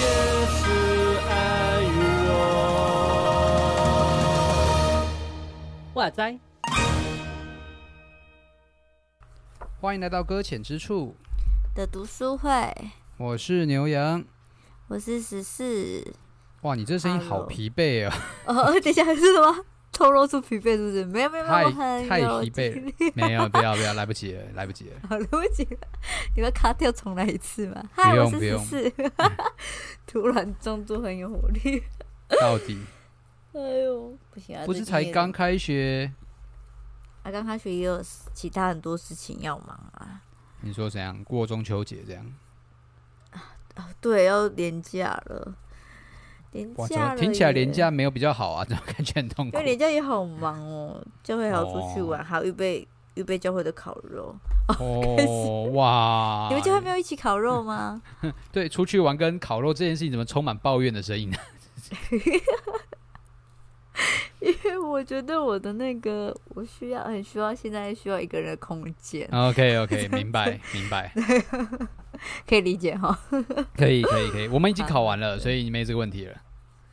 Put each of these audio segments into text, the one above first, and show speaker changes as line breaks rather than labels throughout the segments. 也是爱与我。哇塞！
欢迎来到搁浅之处，
的读书会，
我是牛羊。
我是十四。
哇，你这声音好
Hello
疲惫啊！
哦， 等一下是什么？透露出疲惫是不是？没有没有没有，我
太
很
太
有
疲惫
精
了
力。，
没有，不要不要，来不及了，来不及了。
好了，对不起了，你们卡掉重来一次吗？嗨，
不
我
用
是
不
十
用
四。 突然中度很有活力。
到 底
哎呦，不行啊！
不是
最近
才
也
刚开学？
啊，刚开学也有其他很多事情要忙啊。
你说怎样过中秋节这样？
啊对，要廉价了，廉
哇，怎么
价了
听起来
耶
廉价没有比较好啊？ 怎么感觉很痛
因
苦
为？人家也好忙哦，教会还要出去玩，还要预备预备教会的烤肉。
哦，哇！
你们教会没有一起烤肉 吗？
对，出去玩跟烤肉这件事情怎么充满抱怨的 声音呢？
因为我觉得我的那个，我需要很需要现在需要一个人的空 间，
OK OK，明白明白，
可以理解哈。
可以可以可以，我们已 经考完了，所以没这个问题了。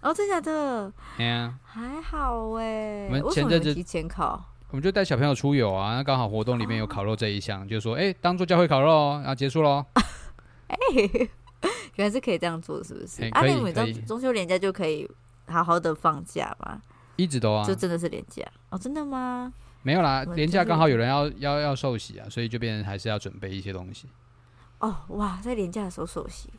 哦，真假的
哎呀，
还好哎，
我们
为什
前阵
么你们
子
提前考？
我们就带小朋友出游啊，那刚好活动里面有烤肉这一项，就说哎、当做教会烤肉哦，然后结束喽。
嘿嘿原来是可以这样做，是不是
哎？
啊，
可以
那你们
可
到
以
中秋连假就可以好好的放假吗？
一直都啊
就，真的是连假哦？真的吗？
没有啦
我，们
廉
就
价
是
刚好有人要要要受洗啊，所以就变成还是要准备一些东西。
哦，哇，在连假的时候首席，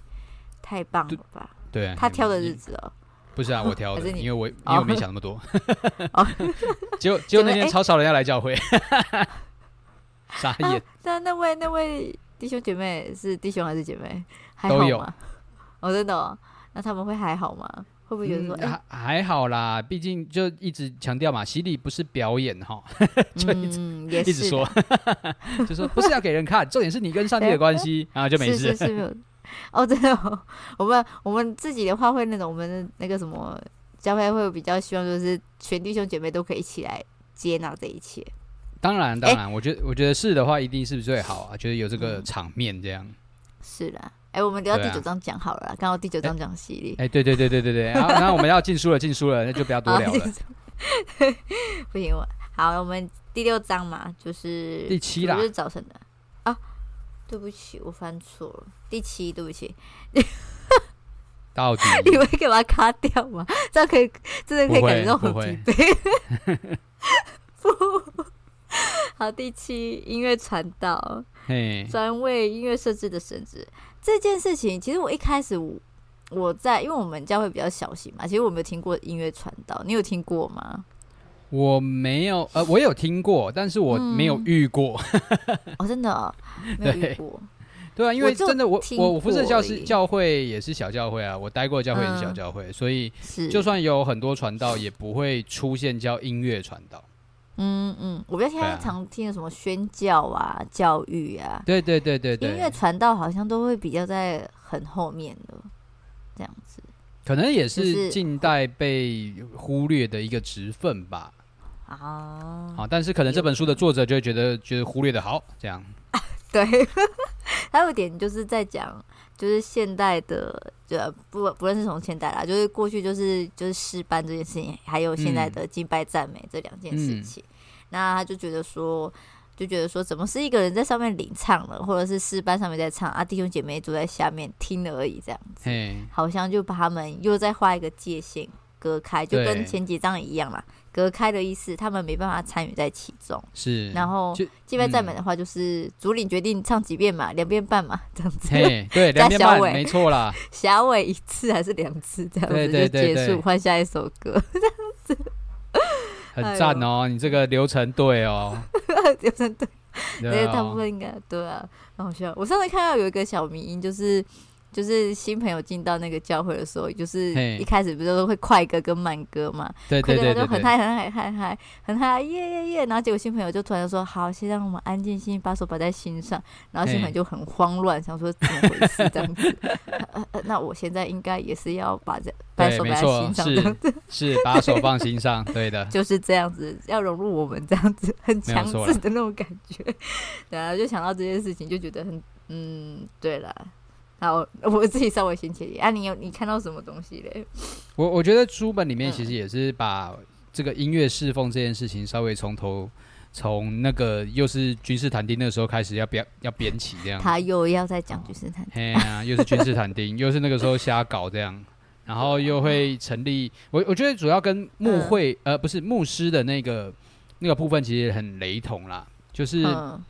太棒了吧！
对啊，
他挑的
你
日子哦，
不 是啊，我挑
还
的，
是你
因为我因
哦
为我没想那么多
哦。
结果结果那
结果
天
哎
超少人要来教 会，傻眼。
那那位那位弟兄姐妹是弟兄还是 姐妹？还
都
好
有
吗？哦，真的、哦，那他们会还好吗？会不会觉得说，哎、
嗯还还好啦，毕竟就一直强调嘛，洗礼不是表演哈，就一直
嗯，也是
一直说
啦，
就说不 是要给人看，重点是你跟上帝的关 系，然后就没
是
事。
是是没有。哦，真的、哦， 我们我们自己的话会那种，我们的那个什么教会会比较希望，就是全弟兄姐妹都可以一起来接纳这一切。
当然
哎
当然，我觉得我觉得是的话，一定是最好啊，觉得有这
嗯
个场面这样。
是啦，哎、我们聊到
对
第
啊
九章讲好了啦，刚好第九章讲洗礼。
哎，对对对对对 对，然后然后我们要进书了，进书了，那就不要多
好
聊了。。
不行，我好，我们第六章嘛，就是
第七啦
就是早晨的啊。对不起，我翻错了，第七，对不起，
到底
你们可以把它卡掉吗？这样可以，真的可以
不会
感觉到很
不会
疲惫。不， 好，第七，音乐传道，
嘿，
专为音乐设置的绳子这件事情，其实我一开始我我在，因为我们教会比较小型嘛，其实我没有听过音乐传道，你有听 过吗？
我没有呃，我有听过，但是我没有
嗯
遇过。
哦，真的哦、没有
对
遇过。
对啊，因
我
为
就
真的我
听
我我服侍的教
过而
是
已
教会也是小教会啊，我待过的教会也是小
嗯
教会，所以
是，
就算有很多传道，也不会出现叫音乐传道。
嗯嗯，我比较现
对
在
啊
常听的什么宣教啊、教育啊，
对对对对
音
对，
乐传道好像都会比较在很后面的这样子
可能也
就是是
近代被忽略的一个职分吧。
啊。
好，但是可能这本书的作者就会觉得觉得忽略的好，这样
对， 还有一点就是在讲，就是现代的，就不不论是从现代啦，就是过去就是就是诗班这件事情，还有现在
嗯
的敬拜赞美这两件事情，那他就觉得说。就觉得说，怎么是一个人在上面领唱了，或者是诗班上面在唱啊，弟兄姐妹坐在下面听了而已，这样子。
嘿，
好像就把他们又再画一个界限隔开，就
对
跟前几章一样啦。隔开的意思，他们没办法参与在其中。
是。
然后
就
祭拜赞美的话，就是主领决定唱几遍嘛，两遍半嘛， 这样子。
嘿，对，两
加
边
小
半
尾
没错 啦，
霞尾一次还是两次这样子
对对对
就结
对
束，换下一首歌。
很
哎呦
赞哦，你这个流程对哦，
有真的，
对
对，大部啊
哦，
分应该对啊，很好笑。我上次看到有一个小迷音，就是就是新朋友进到那个教会的时候，就是
嘿
一开始不是都会快歌跟慢歌嘛，
对
快
对
歌他
对
就
对
很
对，
嗨很嗨很嗨很嗨耶耶耶，然后结果新朋友就突然说好，先让我们安静心，把手摆在心上，然后新朋友就很慌乱，想说怎么回事这样子，呃呃那我现在应该也是要把这把
对，
手
没
摆在
错
心，上的
是。 是把手放心上，对的，
就是这样子，要融入我们这样子，很
没有
强
错
制的那种感觉。对啊，就想到这件事情，就觉得很，嗯，对啦。然后我自己稍微先切点啊，你有你看到什么东西嘞？
我我觉得书本里面
嗯
其实也是把这个音乐侍奉这件事情稍微从头从那个又是君士坦丁那时候开始要编要编起这样子，
他又要再讲君士坦丁，
哎呀，又是君士坦丁，又是那个时候瞎搞这样，然后又会成立。我我觉得主要跟牧会、呃不是牧师的那个那个部分其实很雷同啦，就是、
嗯，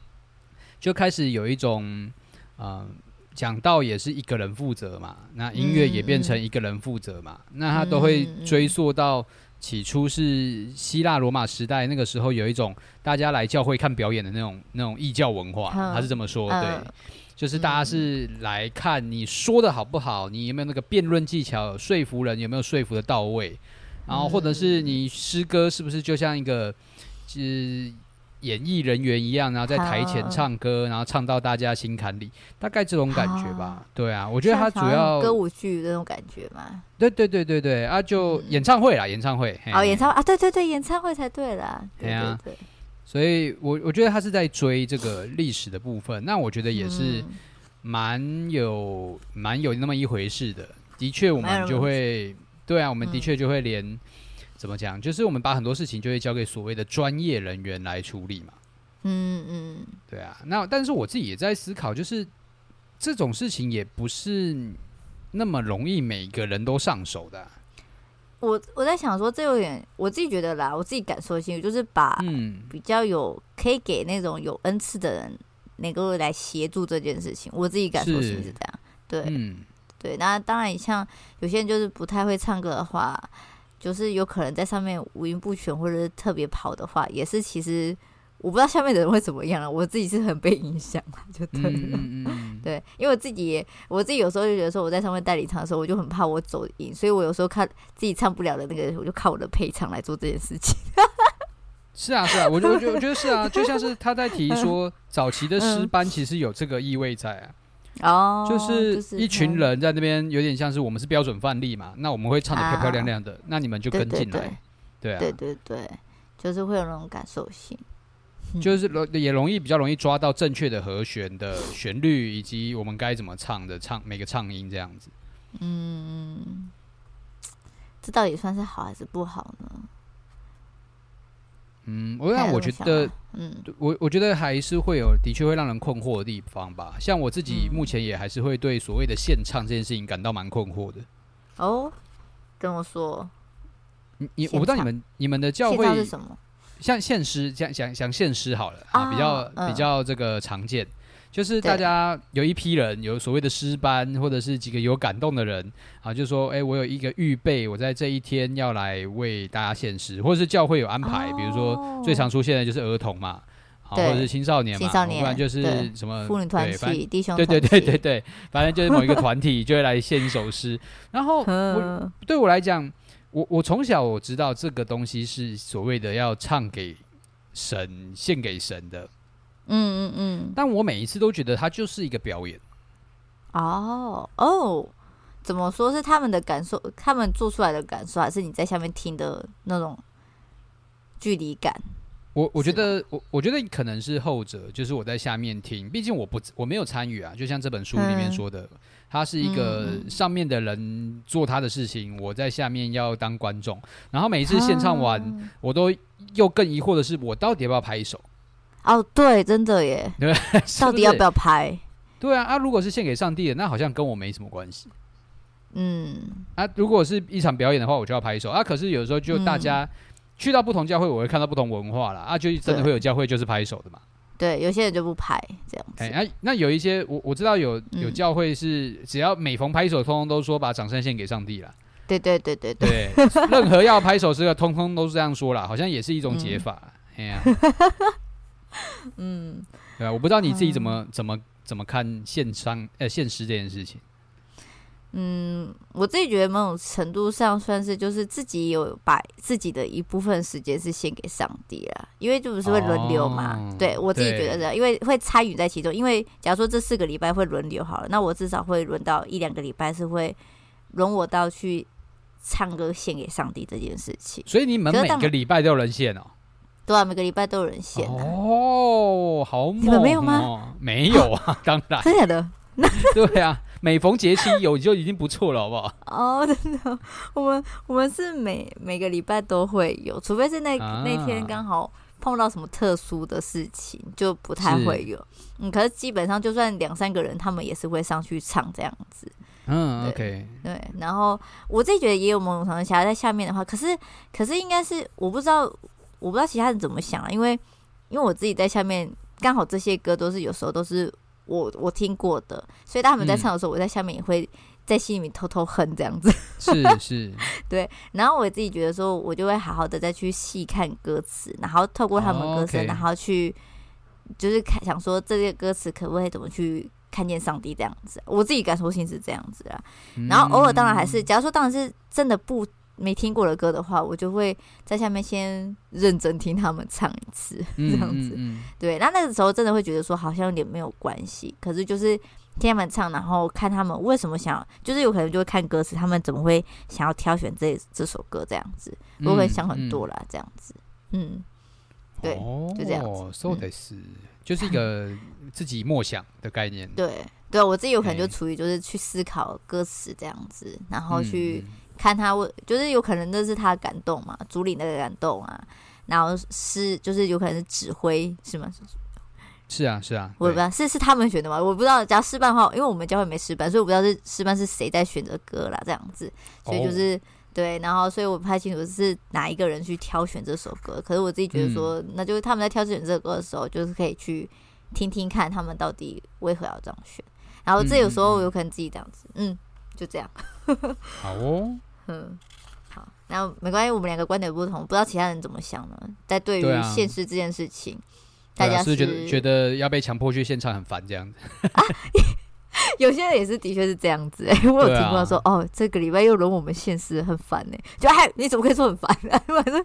就开始有一种呃讲道也是一个人负责嘛，那音乐
嗯
也变成一个人负责嘛，那他都会追溯到。起初是希腊罗马时代，那个时候有一种大家来教会看表演的那种那种异教文化，
嗯
他是这么说，对
嗯，
就是大家是来看你说的好不好，你有没有那个辩论技巧，说服人有没有说服的到位，然后或者是
嗯
你诗歌是不是就像一个是演艺人员一样，然后在台前
好
唱歌，然后唱到大家心坎里，大概这种感觉吧
好。
对啊，我觉得他
像
主
好像
要
歌舞剧的那种感觉嘛。
对对对对对啊，就演唱会啦，演唱会
哦，
嘿
演唱会啊，对对对，演唱会才对啦，对
哎对啊
对对，
所以我我觉得他是在追这个历史的部分，那我觉得也是
嗯
蛮有蛮有那么一回事的。的确，我
蛮有
们
那么
就会对啊，我们的
嗯
确就会连怎么讲，就是我们把很多事情就会交给所谓的专业人员来处理嘛。
嗯嗯，
对啊，那但是我自己也在思考，就是这种事情也不是那么容易每个人都上手的啊、
我我在想说，这有点我自己觉得啦，我自己感受性就是把
嗯，
比较有可以给那种有恩赐的人能够来协助这件事情，我自己感受性
是
是这样。对、
嗯，
对，那当然像有些人就是不太会唱歌的话，就是有可能在上面五音不全或者是特别跑的话，也是其实我不知道下面的人会怎么样了，我自己是很被影响嘛，就对
嗯
了。
嗯嗯
对，因为我自己也，我自己有时候就觉得说，我在上面代理唱的时候，我就很怕我走音，所以我有时候看自己唱不了的那个，我就靠我的配唱来做这件事情。
是啊是啊，我觉得我觉得我觉得是啊，就像是他在提 说，早期的诗班其实有这个意味在啊，
嗯哦，
就是一群
嗯
人在那边有点像是我们是标准范例嘛，那我们会唱的漂漂亮亮的，那你们就
啊对
跟
对
进
对
来，对啊，
对对对，就是会有那种感受性。嗯
就是容也容易比较容易抓到正确的和弦的旋律，以及我们该怎么唱的唱每个唱音这样子。
嗯，这到底算是好还是不好呢？
嗯，我
还
那
有
我
这
觉
么想
得
吗，嗯
我我觉得还是会有，的确会让人困惑的地方吧。像我自己
嗯
目前也还是会对所谓的现唱这件事情感到蛮困惑的。
哦，跟我说，
你你
现
我不知道你们你们的教
介
会
绍是什么？
像现诗，讲讲讲现诗好了啊，
啊
比较、
嗯
比较这个常见，就是大
对
家有一批人有所谓的诗班，或者是几个有感动的人啊，就说，哎、我有一个预备，我在这一天要来为大家献诗，或者是教会有安排，比如说
哦
最常出现的就是儿童嘛，啊，或者
对
是青少年嘛，
青少年
不然就是
对
什么
妇女团
对反正
体、弟兄
对对
团体，
对对对，反正就是某一个团体就会来献一首诗，然 后我
嗯
对我来讲，我我从小我知道这个东西是所谓的要唱给神、献给神的，
嗯嗯
但我每一次都觉得它就是一个表演。
嗯，哦哦。怎么说是他们的感受，他们做出来的感受，还是你在下面听的那种距离感？
我我觉
是吧
得我我觉得可能是后者，就是我在下面听，毕竟我不我没有参与啊。就像这本书里面
嗯
说的，它是一个
嗯嗯
上面的人做他的事情，我在下面要当观众。然后每一次现唱完，
啊
我都又更疑惑的是，我到底要不要拍手？
哦，对，真的耶，到底要不
要？
要拍？
对啊，啊，如果是献给上帝的，那好像跟我没什么关系。
嗯，
啊，如果是一场表演的话，我就要拍手啊。可是有时候就
嗯
大家去到不同教会，我会看到不同文化啦。啊，就真的
对
会有教会就是拍手的嘛。
对，有些人就不拍这样子。
哎、啊那有一些我我知道有有
嗯
教会是只要每逢拍手，通通都说把掌声献给上帝啦。
对对对对对，
对， 任何要拍手时刻，通通都是这样说啦，好像也是一种解法。哎呀、
嗯，嗯
对啊，我不知道你自己怎么、怎么怎么看现商呃现实这件事情。
嗯，我自己觉得某种程度上算是就是自己有把自己的一部分时间是献给上帝啦，因为就不是会轮流嘛。
哦
对我自己觉得这样，因为会参与在其中。因为假如说这四个礼拜会轮流好了，那我至少会轮到一两个礼拜是会轮我到去唱歌献给上帝这件事情。
所以你们
可是
每
当
个礼拜都有人献哦。
对啊，每个礼拜都有人献啊，
哦，好猛、哦！
你们没有吗？
没有 啊，当然，
真的假的？
对啊，每逢节期有就已经不错了，好不 好？
哦，真的，我们我们是每每个礼拜都会有，除非是那、
啊
那天刚好碰到什么特殊的事情，就不太会有。嗯，可是基本上就算两三个人，他们也是会上去唱这样子。
嗯
对
，OK，
对，然后我自己觉得也有某种程度想要在下面的话，可是可是应该是我不知道我不知道其他人怎么想啊，因为因为我自己在下面刚好这些歌都是有时候都是我我听过的，所以当他们在
嗯
唱的时候，我在下面也会在心里面偷偷哼这样子。
是是，
然后我自己觉得说，我就会好好的再去细看歌词，然后透过他们
哦
歌声
OK
然后去就是看想说这些歌词可不可以怎么去看见上帝这样子。我自己感受性是这样子啊。
嗯
然后偶尔当然还是，假如说当然是真的不没听过的歌的话，我就会在下面先认真听他们唱一次，
嗯
这样子。
嗯
对，那那个时候真的会觉得说好像有点没有关系，可是就是听他们唱，然后看他们为什么想要，就是有可能就会看歌词，他们怎么会想要挑选这这首歌这样子，
嗯
我会想很多
了，
啦，这样子，嗯，对
哦，
就这样子
，so
嗯
得是，就是一 个自己默想的概念，
对。对，啊我自己有可能就
哎
处于就是去思考歌词这样子，然
嗯，
后去
嗯
看他为，就是有可能那是他的感动嘛，主领那个感动啊，然后是就是有可能是指挥是吗？
是啊是啊，
我也不知
对
道是是他们选的吗？我不知道。假如师班的话，因为我们教会没师班，所以我不知道是师班是谁在选择歌啦，这样子，所以就
哦
是、对，然后所以我不太清楚是哪一个人去挑选这首歌。可是我自己觉得说，
嗯
那就是他们在挑选这首歌的时候，就是可以去听听看他们到底为何要这样选。然后这有时
嗯
候我有可能自己这样子，嗯，就这样，
好哦，
嗯，好，那没关系，我们两个观点不同，不知道其他人怎么想呢？在对
对
于
啊
现实这件事情，
对
大
啊
家
是不是觉得觉得要被强迫去现场很烦这 样子？
有些人也是，的确是这样子、欸。 我有
对啊
听过说，哦，这个礼拜又轮我们现实，很烦呢、就哎，你怎么可以说很烦、啊？ 我说，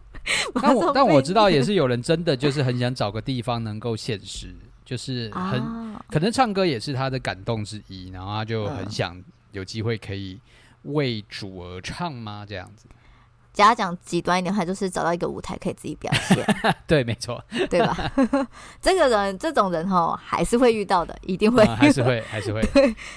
但我但我知道也
是
是有人真的就是很想找个地方能够现实，就是很、
啊，
可能唱歌也是他的感动之一，然后他就
嗯
很想有机会可以为主而唱吗？这样子，
假如讲极端一点的话，就是找到一个舞台可以自己表现，
对，没错，嗯
对吧？ 这个人，这种人哦，还是会遇到的，一定会。
嗯还是会还是会，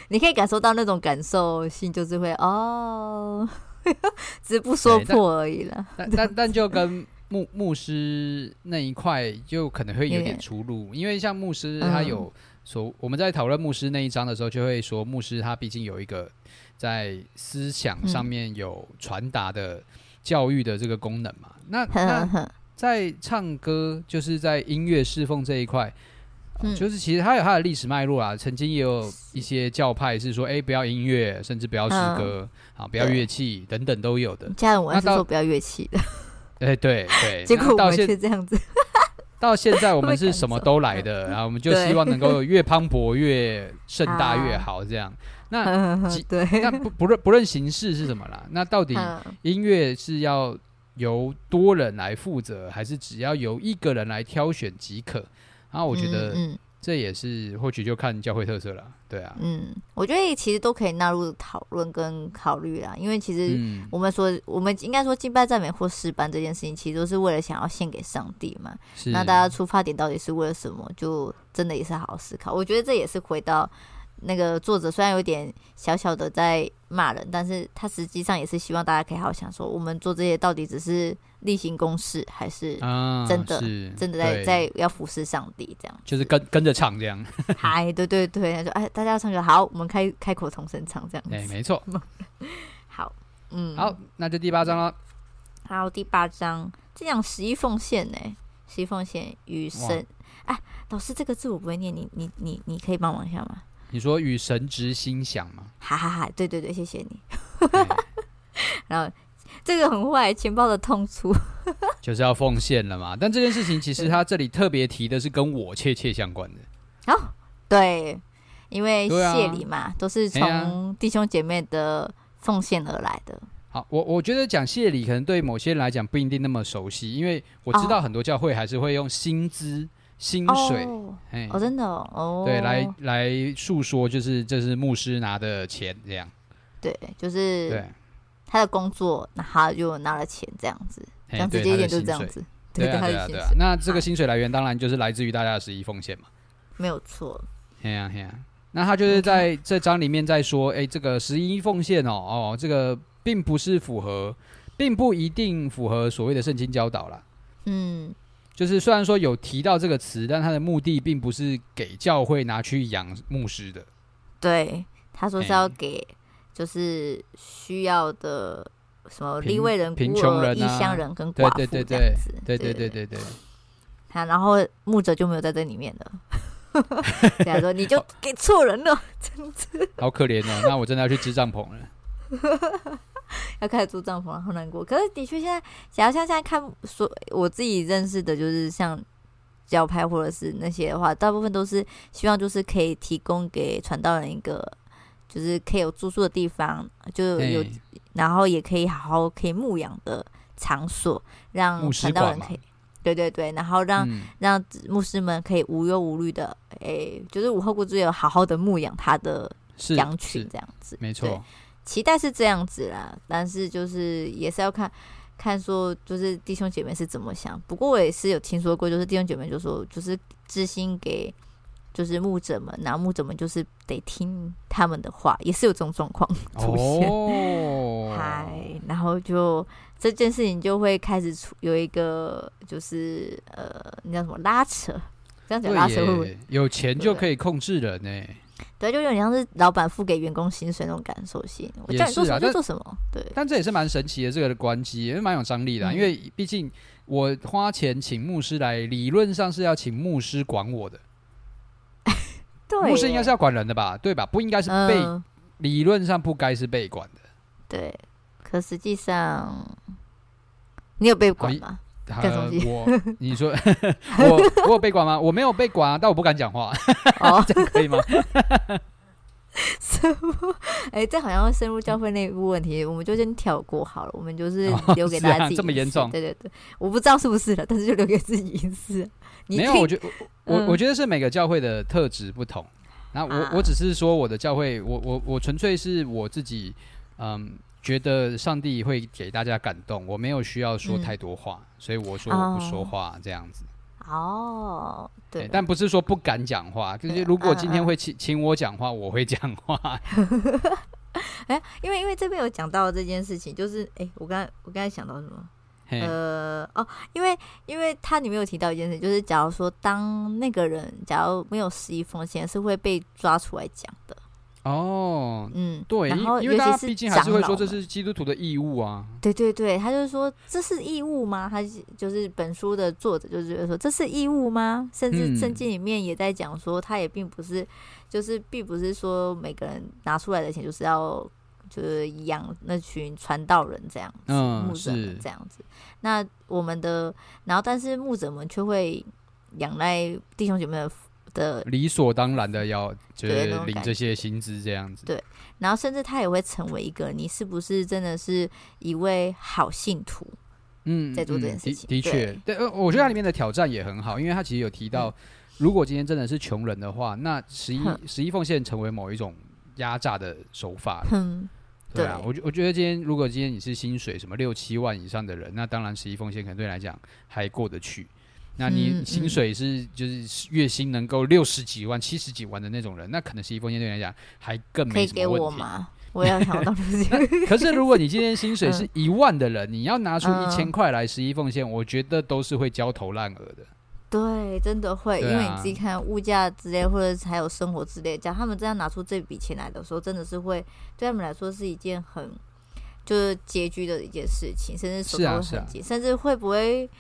你可以感受到那种感受性，就是会哦， 只是不说
对但
破而已了。
但但但就跟牧牧师那一块就可能会有点出入，因为像牧师他
嗯
有所、我们在讨论牧师那一章的时候，就会说牧师他毕竟有一个在思想上面有传达的教育的这个功能嘛，那
哼
那
哼哼，
在唱歌，就是在音乐侍奉这一块，呃
嗯
就是其实它有它的历史脉络啊。曾经也有一些教派是说，哎、不要音乐，甚至不要诗歌，啊，不要
嗯对
乐器等等都有的。
家人我
那
是
到
说不要乐器的，
哎、对对。
结果
那
我
到
们
现
却这样子。
到现在，我
会
们
被
是
赶
什么
走
都来的，然啊后我们就
对
希望能 够越磅礴越盛大越
啊
好，这样。那
哼哼
几
哼对，
那不不论不论形式是什么啦，那到底
嗯。
音乐是要由多人来负责，还是只要由一个人来挑选即可？然后我觉得
嗯
这也是或许就看教会特色了，对啊，
嗯，嗯我觉得其实都可以纳入讨论跟考虑啦，因为其实
嗯，
我们说，我们应该说敬拜赞美或诗班这件事情，其实都是为了想要献给上帝嘛。
是
那大家出发点到底是为了什么，就真的也是好好思考。我觉得这也是回到那个作者，虽然有点小小的在骂人，但是他实际上也是希望大家可以好好想说，我们做这些到底只是例行公事，还是
啊，
真的
是
真的在
对
在要服侍上帝这样。
就是跟跟着唱这样，
嗨，对对对，他说哎，大家要唱歌，好，我们开开口同声唱这样子。
哎，没
嗯
错。
好，嗯，
好，那就第八章了，
还有第八章，这讲十一奉献呢，十一奉献与神。哎，老师这个字我不会念，你你你你可以帮忙一下吗？
你说与神之心想嘛，
哈哈哈，对对对，谢谢你。
哎
然后这个很坏，钱包的痛 楚。
就是要奉献了嘛。但这件事情其实他这里特别提的是跟我切切相关的，
哦对，因为
对啊
谢礼嘛，都是
哎呀
从弟兄姐妹的奉献而来的。
好，我我觉得讲谢礼可能对某些人来讲不一定那么熟悉，因为我知道
哦
很多教会还是会用薪资、薪水，
哦，
哎、
哦，真的哦，哦
对，来来诉说就是这是牧师拿的钱这样，
对，就是
对，
他的工作，那他就拿了钱这样子，
嘿
讲直
哎对他
接一
的
点就是
薪
这样
水。
子，
对啊，
他
对
的
啊，
薪
对啊
水。
那这个薪水来源当然就是来自于大家的十一奉献嘛。
没有错。
嘿呀、嘿呀、那他就是
嗯
在这章里面在说，哎，这个十一奉献哦，哦，这个并不是符合，并不一定符合所谓的圣经教导啦。
嗯，
就是虽然说有提到这个词，但它的目的并不是给教会拿去养牧师的。
对，他说是
哎
要给就是需要的什么
贫
立位人、
贫
孤
穷
儿、
人
异
啊
乡人跟
对
寡
对
妇
对
这
对
样子。
对对对对对，
他然后牧者就没有在这里面了。 这样说你就给错人了，
好可怜哦。那我真的要去支帐篷了。
要开始住帐篷了，好难过。可是的确，现在假如像现在看所我自己认识的，就是像教派或者是那些的话，大部分都是希望就是可以提供给传道人一个，就是可以有住宿的地方，就呃有
嘿
然后也可以好好可以牧养的场所，让
牧师
传道
馆
人
嘛
可以，对对对，然后让、
嗯
让牧师们可以无忧无虑的，诶，就是无后顾之忧，好好的牧养他的
是
羊群
是，
这样子，
没
对
错。
期待是这样子啦，但是就是也是要看看说，就是弟兄姐妹是怎么想。不过我也是有听说过，就是弟兄姐妹就说，就是知心给就是牧者们，然后牧者们就是得听他们的话，也是有这种状况出现。
哦，
嗨、然后就这件事情就会开始出有一个就是呃，你叫什么拉扯？这样讲拉扯会不
对
会？
耶，有钱就
对
可以控制人哎呢。
对，就有点像是老板付给员工薪水那种感受性。我叫
也
你做
是
什
啊
么就
但
做什么，对。
但这也是蛮神奇的这个关机，也是蛮有张力的啊、
嗯
因为毕竟我花钱请牧师来，理论上是要请牧师管我的，
对
牧师应该
耶
是要管人的吧，对吧？不应该是被、
嗯、
理论上不该是被管的，
对，可实际上你有被管
好
吗？干什
呃
么事、
我你说 我我有被管吗？我没有被管啊，但我不敢讲话，
哦，
这样可以吗？
什么？哎、这好像会深入教会内部问题，我们就先跳过好了，我们就是
哦
留 给
是
大家
啊
自己、
这么严重
对对对，我不知道是不是了，但是就留给自己隐私。你
没有，
听
我觉得我、
嗯
我觉得是每个教会的特质不同。那我、
啊
我只是说我的教会，我我我纯粹是我自己，嗯，觉得上帝会给大家感动，我没有需要说
嗯
太多话，所以我说我不说话、这样子。
哦，对，
哎但不是说不敢讲话，就是
对
如果
嗯
今天
嗯
会请、请我讲话，我会讲话。
哎，因为因为这边有讲到这件事情，就是哎、我刚我刚才想到什么？
嘿，
呃，哦，因为因为它里面有提到一件事，就是假如说当那个人假如没有十一奉献，是会被抓出来讲的。
哦，
嗯，
对，
然
因
后
因
尤
为大
其
家
是
毕竟还是会
长
说
老
这
们
是基督徒的义务啊。
对对对，他就是说这是义务吗？他是就是本书的作者就是觉得说这是义务吗？甚
嗯
至圣经里面也在讲说，他也并不是，就是并不是说每个人拿出来的钱就是要就是养那群传道人这样子，
嗯
牧
是
者们这样子。那我们的，然后但是牧者们却会仰赖弟兄姐妹的的
理所当然的要就
对
是
那种
领
感
这些薪资这样子。
对然后甚至他也会成为一个你是不是真的是一位好信徒？
嗯，
在做这件
嗯
事情
的的确对，
对，
呃，我觉得它里面的挑战也很好，因为它其实有提到，如果今天真的是穷人的话，那十一
嗯哼
十一奉献成为某一种压榨的手法了。
哼，
对啊，
对
我觉我觉得今天如果今天你是薪水什么六七万以上的人，那当然十一奉献可能对你来讲还过得去。那你
嗯
薪水是就是月薪能够六十几万、七十几万的那种人，那可能十一奉献对你来讲还更
可
没
以
什
给
么
我
问题。
吗？我也要想到这个事 情。
可是如果你今天薪水
嗯
是一万的人，你要拿出
嗯
一千块来十一奉献，我觉得都是会焦头烂额的。
对，真的会，因
对啊
为你自己看物价之类，或者是还有生活之类，假如他们这样拿出这笔钱来的时候，真的是会对他们来说是一件很就是拮据的一件事情，甚至手
是啊
头会
是啊
很紧，甚至会不会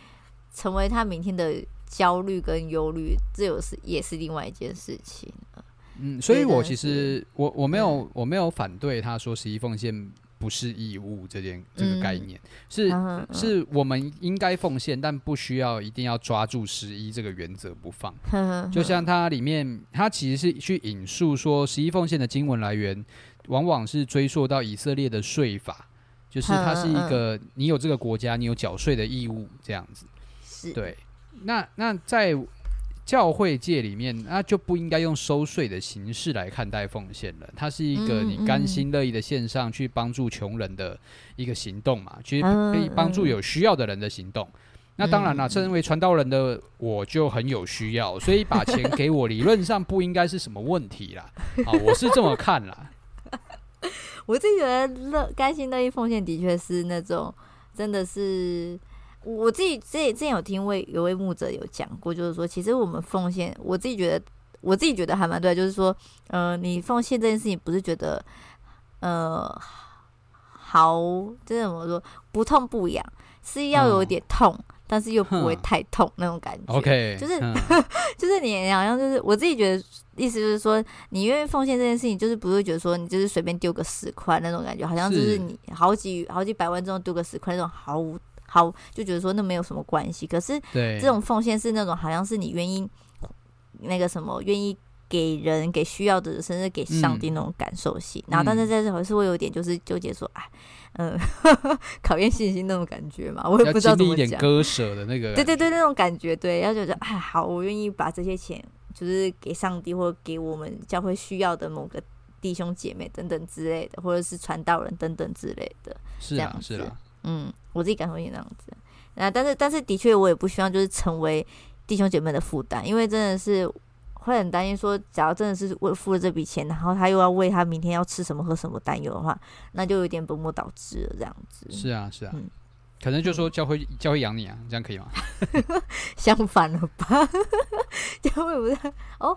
成为他明天的焦虑跟忧虑，这有是也是另外一件事情。
嗯，所以
对真
我
的
其
是嗯
实我我没有我没有反对他说十一奉献不是义务这件这个概念，是
嗯哼
是我们应该奉献，但不需要一定要抓住十一这个原则不放。
哼嗯哼
就像它里面，它其实是去引述说十一奉献的经文来源，往往是追溯到以色列的税法，就是它是一
嗯
个你有这个国家，你有缴税的义务这样子。
是，
对，那那在教会界里面，那就不应该用收税的形式来看待奉献了。它是一个
嗯
你甘心乐意的献上去帮助穷人的一个行动嘛，其实
嗯
可以帮助
嗯
有需要的人的行动。那当然了，身为传道人的我就很有需要，所以把钱给我，理论上不应该是什么问题 啦。啊，我是这么看啦。
我自己觉得乐甘心乐意奉献的确是那种真的是。我我自己之前之前有听位有位牧者有讲过，就是说，其实我们奉献，我自己觉得我自己觉得还蛮对的，就是说，呃，你奉献这件事情不是觉得，呃，毫这怎么说不痛不痒，是要有
嗯
点痛，但是又不会
哼
太痛那种感觉。
OK，
就是
嗯
就是你好像就是我自己觉得，意思就是说，你愿意奉献这件事情，就是不会觉得说你就是随便丢个十块那种感觉，好像就是
是
你好几好几百万中丢个十块那种毫无毫就觉得说那没有什么关系。可是
对
这种奉献是那种好像是你愿意那个什么愿意。给人、给需要的人，甚至给上
嗯
帝那种感受性，然后但是在这还是会有点就是纠结说，哎，嗯， 考验信心那种感觉嘛，我也
要
不知道
经
怎
历
么
一
讲
点。割舍的那个，
对对对，，那种感觉，对，要觉得哎，好，我愿意把这些钱，就是给上帝或给我们教会需要的某个弟兄姐妹等等之类的，或者是传道人等等之类的。
是
这
啊
样
是
子
啊，
嗯，我自己感受也那样子。那、但是但是的确，我也不希望就是成为弟兄姐妹的负担，因为真的是会很担心说，假如真的是为付了这笔钱，然后他又要为他明天要吃什么喝什么担忧的话，那就有点本末倒置了这样子。
是啊是啊
嗯，
可能就说教会教会养你啊，这样可以吗？
相反了吧？ 就会不是哦，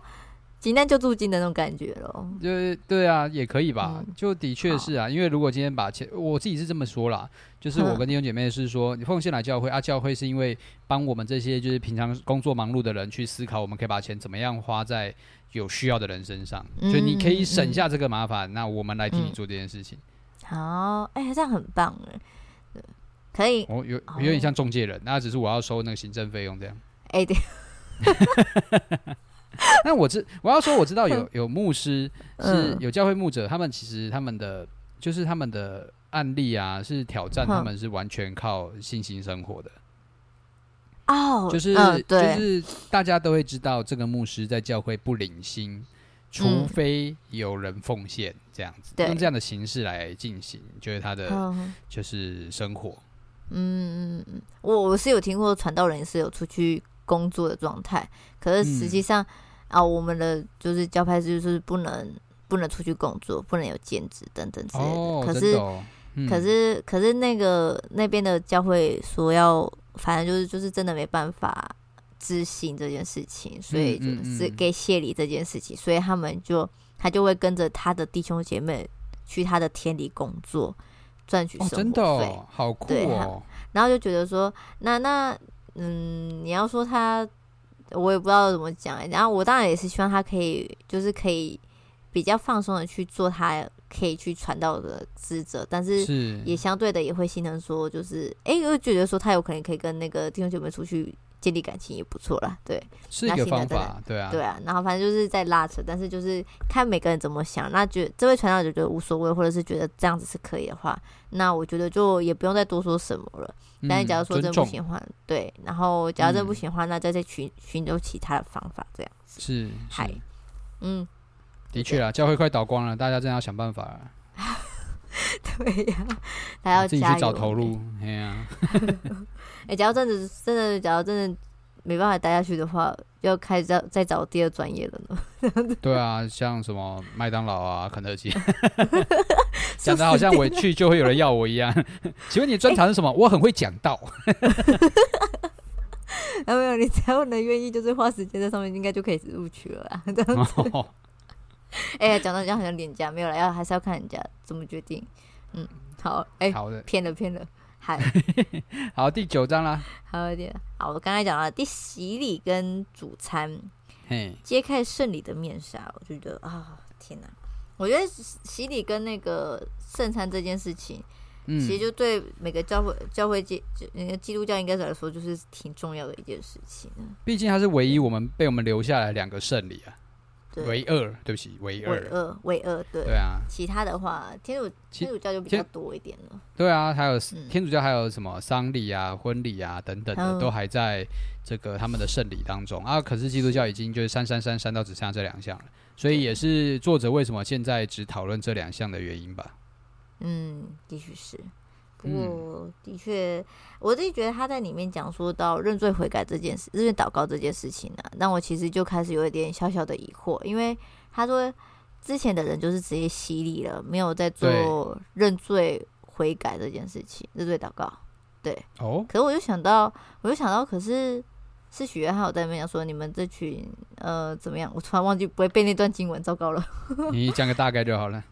急难救助金的那种感觉咯。
就是对啊，也可以吧，
嗯
就的确是啊，因为如果今天把钱，我自己是这么说啦，就是我
嗯
跟弟兄姐妹是说，你奉献来教会啊，教会是因为帮我们这些就是平常工作忙碌的人去思考，我们可以把钱怎么样花在有需要的人身上，
嗯
所以你可以省下这个麻烦，那我们来替你做这件事情。
好，哎、这样很棒哎，对可以，
哦，有
哦
有点像中介人，那只是我要收那个行政费用这样。
哎、对，
那我知我要说，我知道 有有牧师是
嗯
有教会牧者，他们其实他们的就是他们的案例啊，是挑战他
嗯
们是完全靠信心生活的，
哦，
就是、
嗯、
就
对，
是大家都会知道这个牧师在教会不领薪，除
嗯
非有人奉献这样子，
对
用这样的形式来进行，就是他的
嗯
就是生活。
嗯嗯嗯，我我是有听过传道人是有出去工作的状态，可是实际
嗯
上、啊，我们的就是教派就是不能不能出去工作，不能有兼职等等之类的，
哦，
可
真
是
的哦嗯
可是可是那个那边的教会说要，反正就是就是真的没办法执行这件事情，所以
嗯
就
嗯
是
嗯
给谢礼这件事情，所以他们就他就会跟着他的弟兄姐妹去他的田里工作，赚取
哦，真
生
的、
活费，
哦、好酷
对
哦，
然后就觉得说，那那嗯，你要说他，我也不知道怎么讲欸、然后我当然也是希望他可以，就是可以比较放松的去做他可以去传道的职责，但是
是
也相对的也会心疼说，就是哎，又、觉得说他有可能可以跟那个弟兄姐妹出去建立感情也不错啦，对、
是一
拿
个
薪的
方
当然
法，对啊，
对啊。然后反正就是在拉扯，但是就是看每个人怎么想。那觉这位传道就觉得无所谓，或者是觉得这样子是可以的话，那我觉得就也不用再多说什么了。
嗯
但是假如说
尊
真不
重
行的话，对，然后假如真不
嗯
行的话，那再再寻寻求其他的方法，这样。
是
嗨
是
嗯，
的确啊，教会快倒光了，大家真的要想办法了，
对呀、大家要
啊自己
加
去
油。
找投入。哎呀，
哎、假如真的真的，假如真的没办法待下去的话，要开始再再找第二专业了呢。
对啊，像什么麦当劳啊、肯 德基，讲的好像我去就会有人要我一样。 请问你专长是什么？我很会讲道。
啊，没有，你只要能愿意，就是花时间在上面，应该就可以录取了啦。这样 哎呀，讲到人家好像廉价，没有了，要还是要看人家怎么决定。嗯，好， 哎、
好的，
骗了骗了， 嗨，
好，第九章啦。
还有一点，好，我刚才讲到第洗礼跟主餐，
嘿，
揭开圣礼的面纱，我就觉得啊、天哪！我觉得洗礼跟那个圣餐这件事情，
嗯，
其实就对每个教会教会基就那个基督教应该来说，就是挺重要的一件事情啊。
毕竟它是唯一我们被我们留下来两个圣礼啊，
对，
唯二，对不起，唯
唯
二，
二唯二对。
对啊，
其他的话，天主
其
天主教就比
天
较多一点了。
对啊，还有
嗯
天主教还有什么丧礼啊、婚礼啊等等
还
的，
有
都还在这个他们的圣礼当中啊。可是基督教已经就是删删删删到只剩下这两项了，所以也是作者为什么现在只讨论这两项的原因吧。
嗯，的确是。不
嗯
过，的确，我自己觉得他在里面讲说到认罪悔改这件事、认罪祷告这件事情呢、啊让我其实就开始有一点小小的疑惑，因为他说之前的人就是直接洗礼了，没有在做认罪悔改这件事情，认罪祷告。
哦，
可是我就想到，我就想到，可是是许愿还有在那边讲说，你们这群呃怎么样？我突然忘记不会背那段经文，糟糕了。
你讲个大概就好了。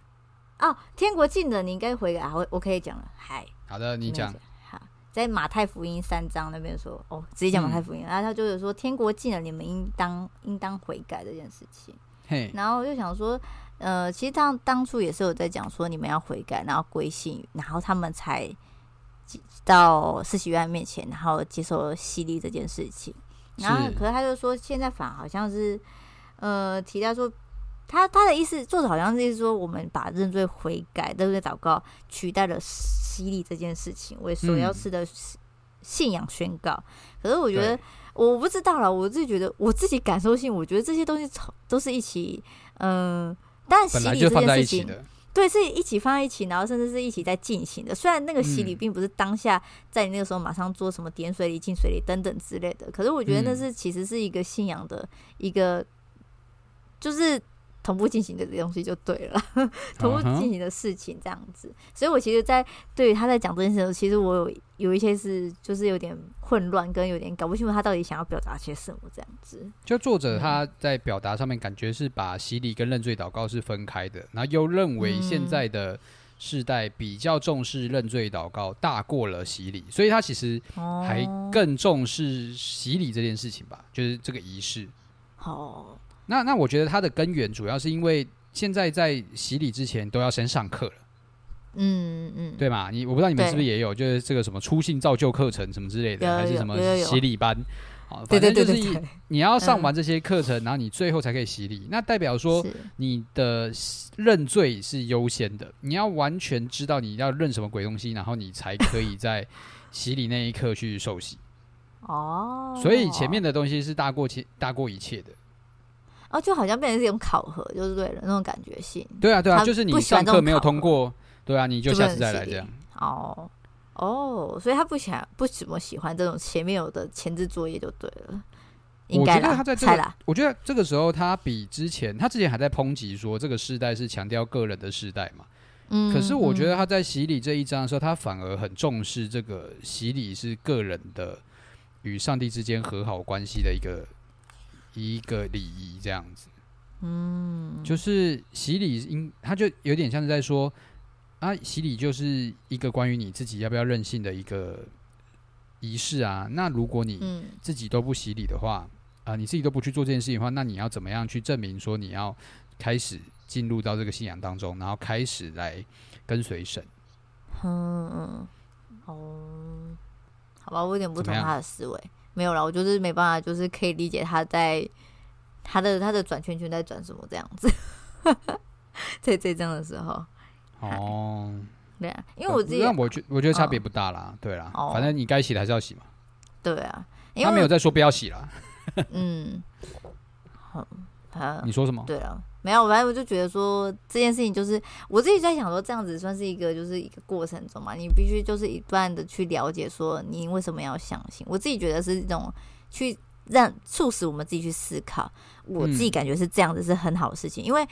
哦，天国近了，你应该悔改，我我可以讲了，嗨。
好的，你讲
没有。好，在马太福音三章那边说，哦，直接讲马太福音，然后他就有说天国近了，你们应当应当悔改这件事情。
嘿，
然后我就想说，呃，其实当当初也是有在讲说你们要悔改，然后归信，然后他们才到四喜院面前，然后接受洗礼这件事情。然后
是，
可是他就说，现在反而好像是，呃，提到说，他他的意思，作者好像是意思说，我们把认罪悔改、认罪祷告取代了洗礼这件事情为所要
嗯
吃的信仰宣告。可是我
我
觉得，我不知道啦，我自己觉得，我自己感受性，我觉得这些东西从都是一起，嗯、但洗
本来
礼
就
这
放在
件
一
事
起
情，
的，
对，是一起放在一起，然后甚至是一起在进行的。虽然那个洗礼
嗯
并不是当下在你那个时候马上做什么点水礼、进水礼等等之类的，可是我觉得那
嗯
是其实是一个信仰的一个，就是同步进行的东西就对了啦， 同步
嗯哼
进行的事情这样子。所以我其实在，对于他在讲这件事的时候，其实我有有一些是就是有点混乱，跟有点搞不清楚他到底想要表达些什么这样子。
就作者他在表达上面感觉是把洗礼跟认罪祷告是分开的，然后又认为现在的世代比较重视认罪祷告大过了洗礼，所以他其实
哦，
还更重视洗礼这件事情吧，就是这个仪式。
好，
那那我觉得它的根源主要是因为现在在洗礼之前都要先上课了，
嗯嗯，
对吗？你我不知道你们
对
是不是也有，就是这个什么初信造就课程什么之类的，
有
还是
有
什么
有有有
洗礼班。啊，
对
反正
对
就
对
是
对
一
对，嗯
你要上完这些课程，然后你最后才可以洗礼。那代表说
是
你的认罪是优先的，你要完全知道你要认什么鬼东西，然后你才可以在洗礼那一刻去受洗。
哦，
所以前面的东西是大过其大过一切的。
哦，就好像变成是一种考核，就是对了那种感觉性。
对啊，对啊，
他
就是你
不喜欢
上
这
课
种
没有
考核
通过，对啊，你就
就不
下
能
次再来
洗
这
礼
样。
哦哦，所以他不喜欢不怎么喜欢这种前面有的前置作业就对了，应
我
该
觉得
啦，
他在这
猜
个
啦，，
我觉得这个时候他比之前，他之前还在抨击说这个世代是强调个人的世代嘛。
嗯，
可是我觉
嗯
得他在洗礼这一章的时候，他反而很重视这个洗礼是个人的与上帝之间和好关系的一个一个礼仪，这样子。嗯，就是洗礼应，他就有点像是在说啊，洗礼就是一个关于你自己要不要任性的一个仪式啊。那如果你
嗯
自己都不洗礼的话，啊、你自己都不去做这件事情的话，那你要怎么样去证明说你要开始进入到这个信仰当中，然后开始来跟随神？
嗯嗯哦，好吧，我有点不
怎么
同
样
他的思维，没有啦，我就是没办法，就是可以理解他在他的他的转圈圈在转什么这样子， 在这章的时候，
哦，
对啊，因为我自己嗯
那我觉我觉得差呃别不大啦，对啦，
哦
反正你该洗的还是要洗嘛。
对啊，因为
他没有在说不要洗啦，
嗯，好，好，
你说什么？
嗯对了，没有，反正我就觉得说这件事情就是我自己在想说，这样子算是一个就是一个过程中嘛，你必须就是一段的去了解说你为什么要相信。我自己觉得是一种去让促使我们自己去思考，我自
嗯
己感觉是这样子是很好的事情，因为。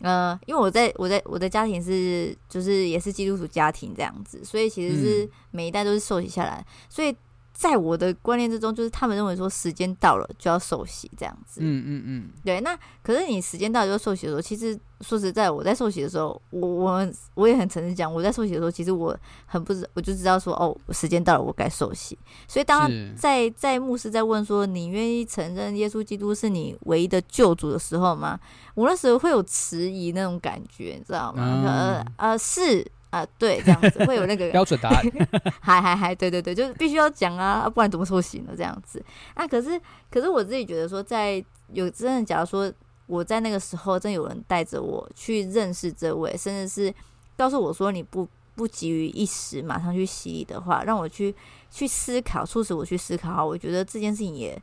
呃，因为我在我在我的家庭是就是也是基督徒家庭这样子，所以其实是每一代都是受洗下来，所以在我的观念之中，就是他们认为说时间到了就要受洗这样子。
嗯嗯嗯，
对，那可是你时间到了就要受洗的时候，其实说实在，我在受洗的时候，我我我也很诚实讲，我在受洗的时候，其实我很不知，我就知道说哦，时间到了，我该受洗。所以当他
是
在在牧师在问说你愿意承认耶稣基督是你唯一的救主的时候吗？我那时候会有迟疑那种感觉，你知道吗？
嗯
就呃呃是啊、对，这样子会有那个
标准答案。
嗨嗨嗨，对对对，就是必须要讲啊，啊不然怎么受刑呢？这样子啊，可是可是我自己觉得说在，有真的，假如说我在那个时候，真有人带着我去认识这位，甚至是告诉我说你不不急于一时，马上去洗礼的话，让我去去思考，促使我去思考，我觉得这件事情也。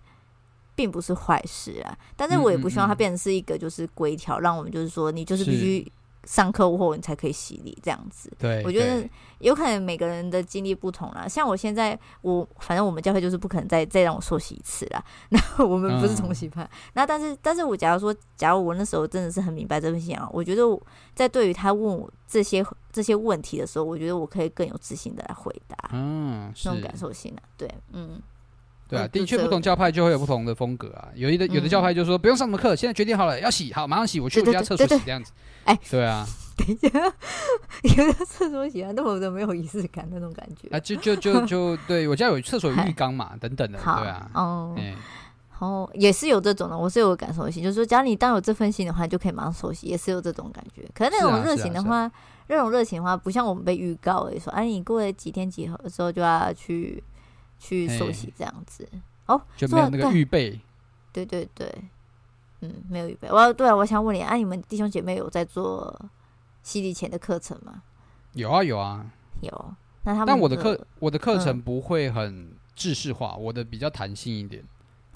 并不是坏事啊，但是我也不希望
嗯
它
嗯嗯
变成是一个就是规条，让我们就是说你就是必
是
须上课后你才可以洗礼这样子。
对，
我觉得
对
有可能每个人的经历不同啦。像我现在，我反正我们教会就是不可能再再让我受洗一次啦。 那我们不是
嗯
重洗派，那但是但是我假如说，假如我那时候真的是很明白这份信仰，我觉得我在对于他问我这些这些问题的时候，我觉得我可以更有自信的来回答。
嗯，是
那种感受性啊，对，嗯，
对啊，
嗯就
的确
这
不同
样
教派就会有不同的风格啊。有一的有的
嗯
教派就说不用上什么课，现在决定好了要洗，好马上洗，我去我
对对
家
对
厕所
对对
洗这样子。
哎，
对啊，
有的厕所喜欢，但我都没有仪式感那种感觉。
啊就就就就对我家有厕所有浴缸嘛，等等的，
好，
对啊，
哦，
哎，
哦，也是有这种的，我是有感受性，就是说，只要你当有这份心的话，你就可以马上熟悉，也是有这种感觉。可是那
是啊
种
是啊
热情的话，那种热情的话，不像我们被预告而已，说，哎、你过了几天几后之后就要去去熟悉这样子。
就没有那
做
个
对
预备。
对对对，嗯，没有预备。我对啊，我想问你，啊，你们弟兄姐妹有在做洗礼前的课程吗？
有啊有啊，
有。那他们
但我的
课
课我的课程
嗯
不会很制式化，我的比较弹性一点。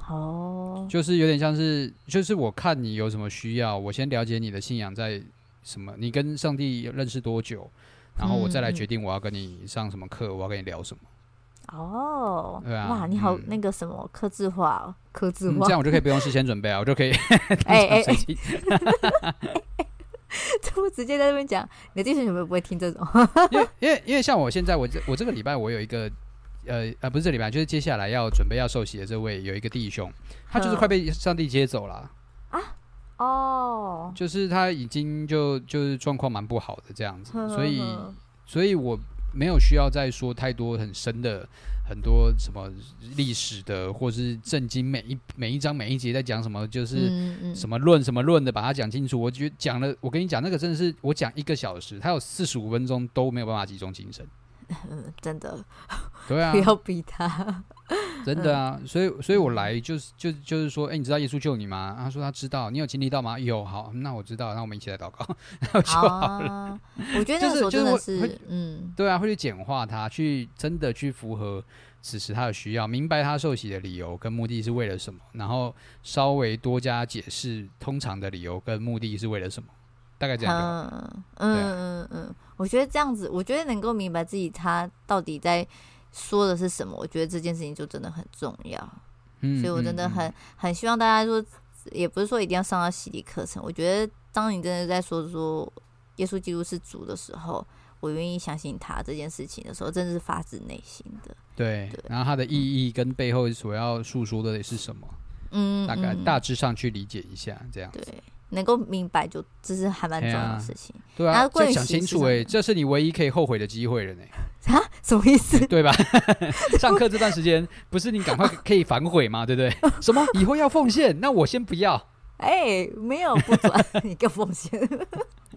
哦，
就是有点像是，就是我看你有什么需要，我先了解你的信仰在什么，你跟上帝认识多久，然后我再来
嗯
决定我要跟你上什么课，我要跟你聊什么，
哦，
对啊
哇，你好，
嗯
那个什么克制化、哦，克制
嗯
化
这， 样我就可以不用事先准备啊，我就可以
哎 哎
当场
哎
随机。
这不直接在那边讲，你的弟兄姐妹不会听这种。
因为因为因为像我现在，我这我这个礼拜我有一个。呃呃，不是这礼拜，就是接下来要准备要受洗的这位有一个弟兄，他就是快被上帝接走了，
哦，
就是他已经就就是状况蛮不好的这样子，
嗯
所以
呵呵
所以我没有需要再说太多很深的很多什么历史的，或是震惊每一每一章每一节在讲什么，就是
嗯嗯
什么论什么论的，把它讲清楚。我觉得讲了，我跟你讲那个真的是我讲一个小时，他有四十五分钟都没有办法集中精神。
嗯，真的、
对啊
不，要逼 他。
真的啊，所以所以我来就是就就是说，哎、你知道耶稣救你吗？他说他知道，你有经历到吗？有，好，那我知道，那我们一起来祷告。
啊，我觉得那个时
就是
候真
就是
的
我
是，
会
嗯
对啊，会去简化它，去真的去符合此时他的需要，明白他受洗的理由跟目的是为了什么，然后稍微多加解释通常的理由跟目的是为了什么，大概这样就好。
嗯嗯
对啊
嗯嗯，我觉得这样子，我觉得能够明白自己他到底在说的是什么，我觉得这件事情就真的很重要。
嗯
所以我真
嗯
的
嗯
很很希望大家说，也不是说一定要上到洗礼课程。我觉得，当你真的在说说耶稣基督是主的时候，我愿意相信他这件事情的时候，真的是发自内心的。
对
对，
然后它的意义跟背后所要诉说的是什么，
嗯，
大概
嗯
大致上去理解一下，这样。
对，能够明白就这是还蛮重要的事情
对
然
啊，
后关
这
于
想
形
清
式
楚
上
哎、
面
这是你唯一可以后悔的机会了呢，
啊？ 什么意思？
对吧？ 上课这段时间不是你赶快可以反悔吗？对不 对？什么以后要奉献，那我先不要。
哎、没有不准 你更奉献，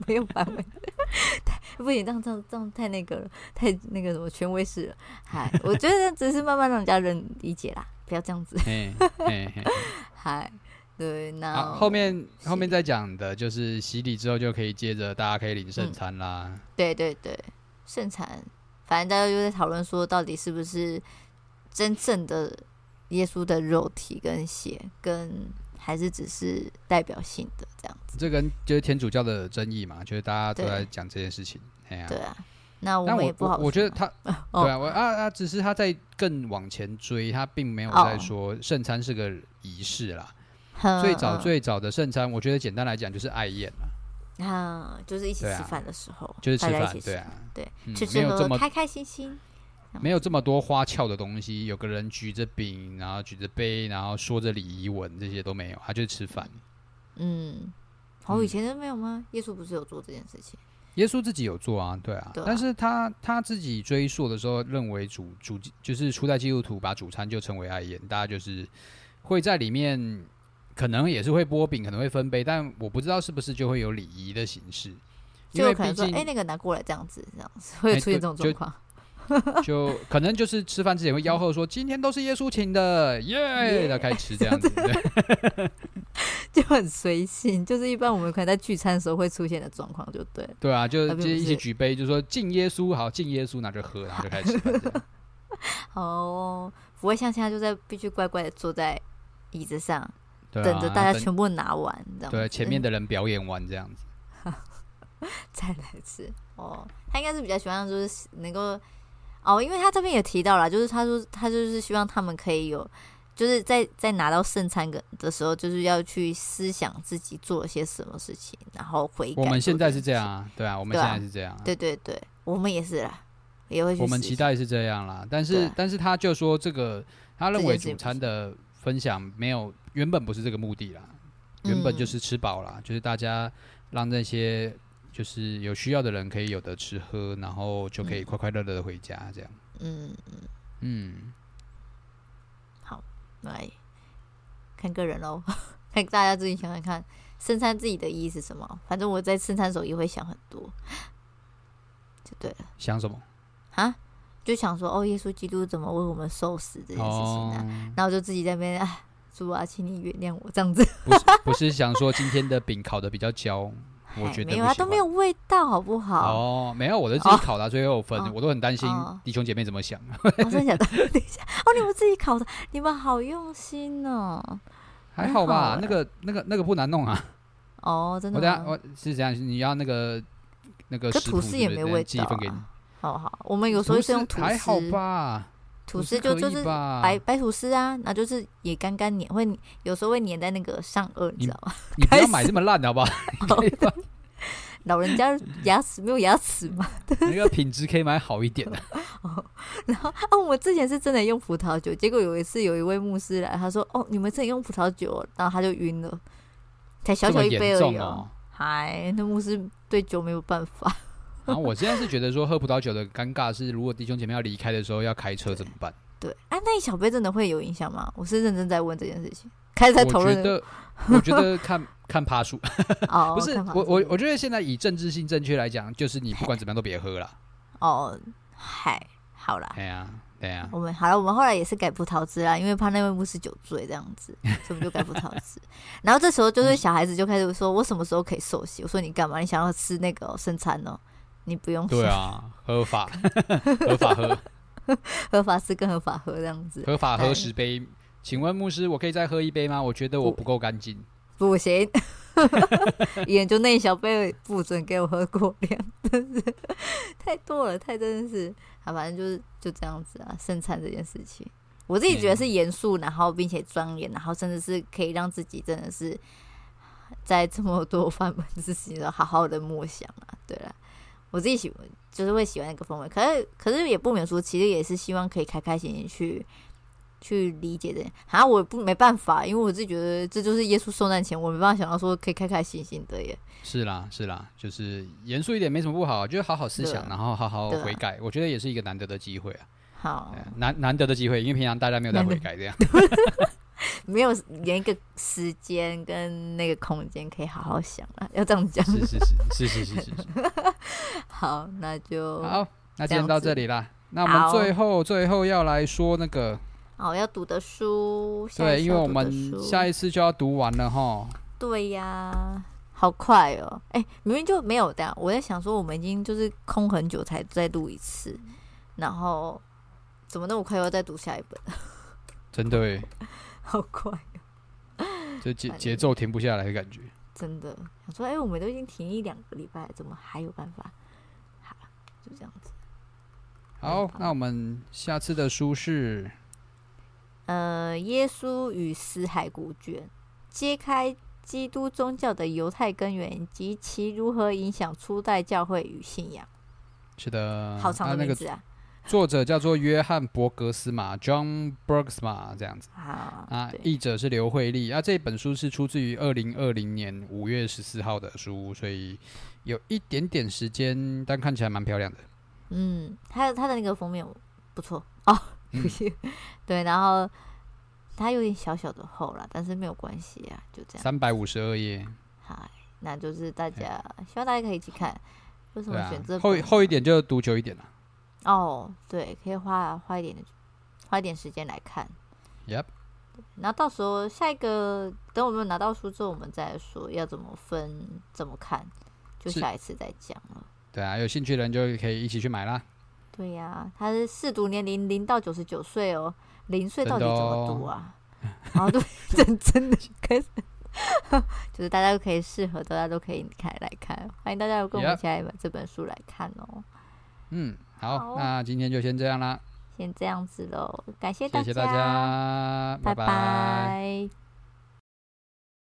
没有反问， 太不行，这样这样这样太那个了，太那个什么权威式了。 嗨，我觉得只是慢慢让人家人理解啦，不要这样子。
哎哎哎。
嗨，对，那
好，后面
洗
后面
礼
再讲的就是洗礼之后就可以接着大家可以领圣
嗯
餐啦。
对对对，盛产，反正大家就在讨论说，到底是不是真正的耶稣的肉体跟血，跟还是只是代表性的这样子？
这跟就是天主教的争议嘛，就是大家都
对
在讲这件事情。哎呀、
对啊，那我
但
们也
我
不
我
好
我觉得
说
他
嘛 哦
对啊，我啊啊，只是他在更往前追，他并没有
哦
在说圣餐是个仪式啦。
哼
最早
嗯
最早的圣餐，我觉得简单来讲就是爱宴啦，
啊，就是一起
对
吃
啊
饭的时候，
就是吃
大家一
饭
起，吃
对啊
饭，对，
嗯
吃
没
吃
有
喝
这
喝，
么
开开心心，
没有这么多花俏的东西。有个人举着饼，然后举着杯，然后说着礼仪文，这些都没有，他就是吃饭。
嗯，哦，以前都没有吗？耶稣不是有做这件事情？
耶稣自己有做啊，对啊，
对啊
但是他他自己追溯的时候，认为主主就是初代基督徒把主餐就称为爱宴，大家就是会在里面，可能也是会剥饼，可能会分杯，但我不知道是不是就会有礼仪的形式，因
就
为
有可
毕
能说，
竟
哎、那个拿过来这样子，这样子会有
哎
出
就
现这种
就
状况。
就可能就是吃饭之前会吆喝说今天都是耶稣请的，耶，
耶啊
然后开始吃这 样子，对，
就很随性，就是一般我们可能在聚餐的时候会出现的状况，就对了。
对啊，就
啊不
就是一起举杯，就说敬耶稣，好敬耶稣，那就喝，然后就开始吃饭这样。
哦，不会像现在就在必须乖乖的坐在椅子上，
对啊
等着大
然
家
后
全部拿完，这样
对前面
的
的人表演完这样子。
再来吃。哦，他应该是比较喜欢就是能够哦，因为他这边也提到了，就是他说他就是希望他们可以有。就是在在拿到圣餐的的时候，就是要去思想自己做了些什么事情，然后悔改。
我们现在是这样，啊，对啊，我们
对
现
啊
在是这样啊，
对对对，我们也是啦，也会去
我们
思
期
想
待是这样啦。但
对
是
啊，
但是他就说这个，他认
这
为
件事
主
不
餐
是
的分享没有原本不是这个目的啦，原本就
嗯
是吃饱啦，就是大家让那些就是有需要的人可以有的吃喝，然后就可以
嗯
快快乐乐的回家这样。
嗯，
嗯，
来看个人喽， 看大家自己想想看，圣餐自己的意义是什么？反正我在圣餐的时候也会想很多，就对了
想什么？
啊，就想说哦，耶稣基督怎么为我们受死这件事情
哦
呢、，然后就自己在那边哎，主啊，请你原谅我这样子，
不是不是想说今天的饼烤的比较焦，我
哎
觉得
没有
不
啊，
喜
都没有
欢
味道，好不 好？
哦，没有，我是自己烤的啊，最后有分
哦，
我都很担心
哦
弟兄姐妹怎么想。 啊
我、真的想到，等一下，哦，你们自己烤的，你们好用心哦，
还好吧，
还好欸
那个那个那个不难弄啊。
哦，真
我
的
等下
吗？
我是这样，你要那个那个
可
食
吐
谱
司
是
也
不是
没味
寄一
道
份给你
啊。好好，我们有时候是用吐
还好
司，
吧？
吐司就
可以
就是
吧
白白吐司啊，然后就是也干干黏，会有时候会黏在那个上颚，你知道吗？
你不
开
要
始
买这么烂的好不好？
老人家牙齿没有牙齿嘛。
那个品质可以买好一点啊的。
然后啊，我之前是真的用葡萄酒，结果有一次有一位牧师来，他说：“哦，你们真的用葡萄酒哦？”然后他就晕了，才 小
这
小
么
一杯
严
而已
重哦。
嗨，那牧师对酒没有办法，
然后我现在是觉得说喝葡萄酒的尴尬是，如果弟兄姐妹要离开的时候要开车怎么办？
对啊，那一小杯真的会有影响吗？我是认真在问这件事情，开 始在
我
讨论
觉得， 我觉得看看趴数，
哦，
不是
看法
我我
不
我觉得现在以政治性正确来讲，就是你不管怎么样都别喝 啦。
哦，嗨，好啦，
哎呀，对呀，
我们好了，我们后来也是改葡萄汁啦，因为怕那位牧师酒醉这样子，所以我们就改葡萄 汁。然后这时候就是小孩子就开始说：“我什么时候可以受洗？”我说：“你干嘛？你想要吃那个哦生餐哦？你不用
对
想，
啊，合法 合法喝。
合法吃跟合法喝这样子，
合 法喝
对
十杯。请问牧师，我可以再喝一杯吗？我觉得我
不
不够干净。
不行。 一人就那一小杯而已，不准给我喝过量，真是太多了，太真是啊，反正就是就这样子啊，生餐这件事情。我自己觉得是严肃，然后并且庄严，然后甚至是可以让自己真的是在这么多范本之情中好好的默想啊。对了，我自己喜欢就是会喜欢那个氛围，可是可是也不免说，其实也是希望可以开开心心去去理解的。啊，我不没办法，因为我自己觉得这就是耶稣受难前，我没办法想到说可以开开心心的耶。
是啦，是啦，就是严肃一点没什么不好，就是好好思
对啊
想，然后好好
对啊
悔改。我觉得也是一个难得的机会啊，
好，
对难难得的机会，因为平常大家没有在
难得
悔改这样。
没有连一个时间跟那个空间可以好好想啊，要这样 讲。
是是是是是是是。
好，那 就
好，那今
这
天
样
到
子
这里啦。那我们
好
最后最后要来说那个，
哦，要读的书，下一
对，
次
因为
要
我
读的
们
书
下一次就要读完了哈。
对呀、好快哦！哎、明明就没有的啊。我在想说，我们已经就是空很久才再录一次，然后怎么那么快又要再读下一本？
真的耶，
好快，
这节
反正
节奏停不下来的感觉。
真的想说，哎、我们都已经停一两个礼拜了，怎么还有办法？好，就这样子。
好
好，
那我们下次的书是。
呃，耶稣与死海古卷，揭开基督宗教的犹太根源及其如何影响初代教会与信仰。
是的，
好长
那
的
那
名
个
字啊！
作者叫做约翰·伯格斯马 （John Bergsma） 这样子
好
啊，
对
译者是刘慧丽啊。这本书是出自于二零二零年五月十四号的书，所以有一点点时间，但看起来蛮漂亮的。
嗯，他他的那个封面不错哦，
嗯
不行， 对，然后它有点小小的厚了，但是没有关系啊，就这样。
三百五十二页，
嗨，那就是大家希望大家可以一起看，为什
对
么
啊
选这，
厚
本
厚一点就读久一点了。
哦，对，可以花花一点的花一点时间来看。
Yep，
然后到时候下一个，等我们拿到书之后，我们再说要怎么分、怎么看，就是下一次再讲了。
对啊，有兴趣的人就可以一起去买啦。
对呀、他是试读年龄零到九十九岁哦，零岁到底怎么读 啊？哦，对，真真的开始，就是大家都可以适合，大家都可以看来看，欢迎大家跟我们
Yep
一起来买这本书来看哦。
嗯，好，
好哦
那今天就先这样啦，
先这样子喽，感谢
谢谢大家，
拜
拜拜
拜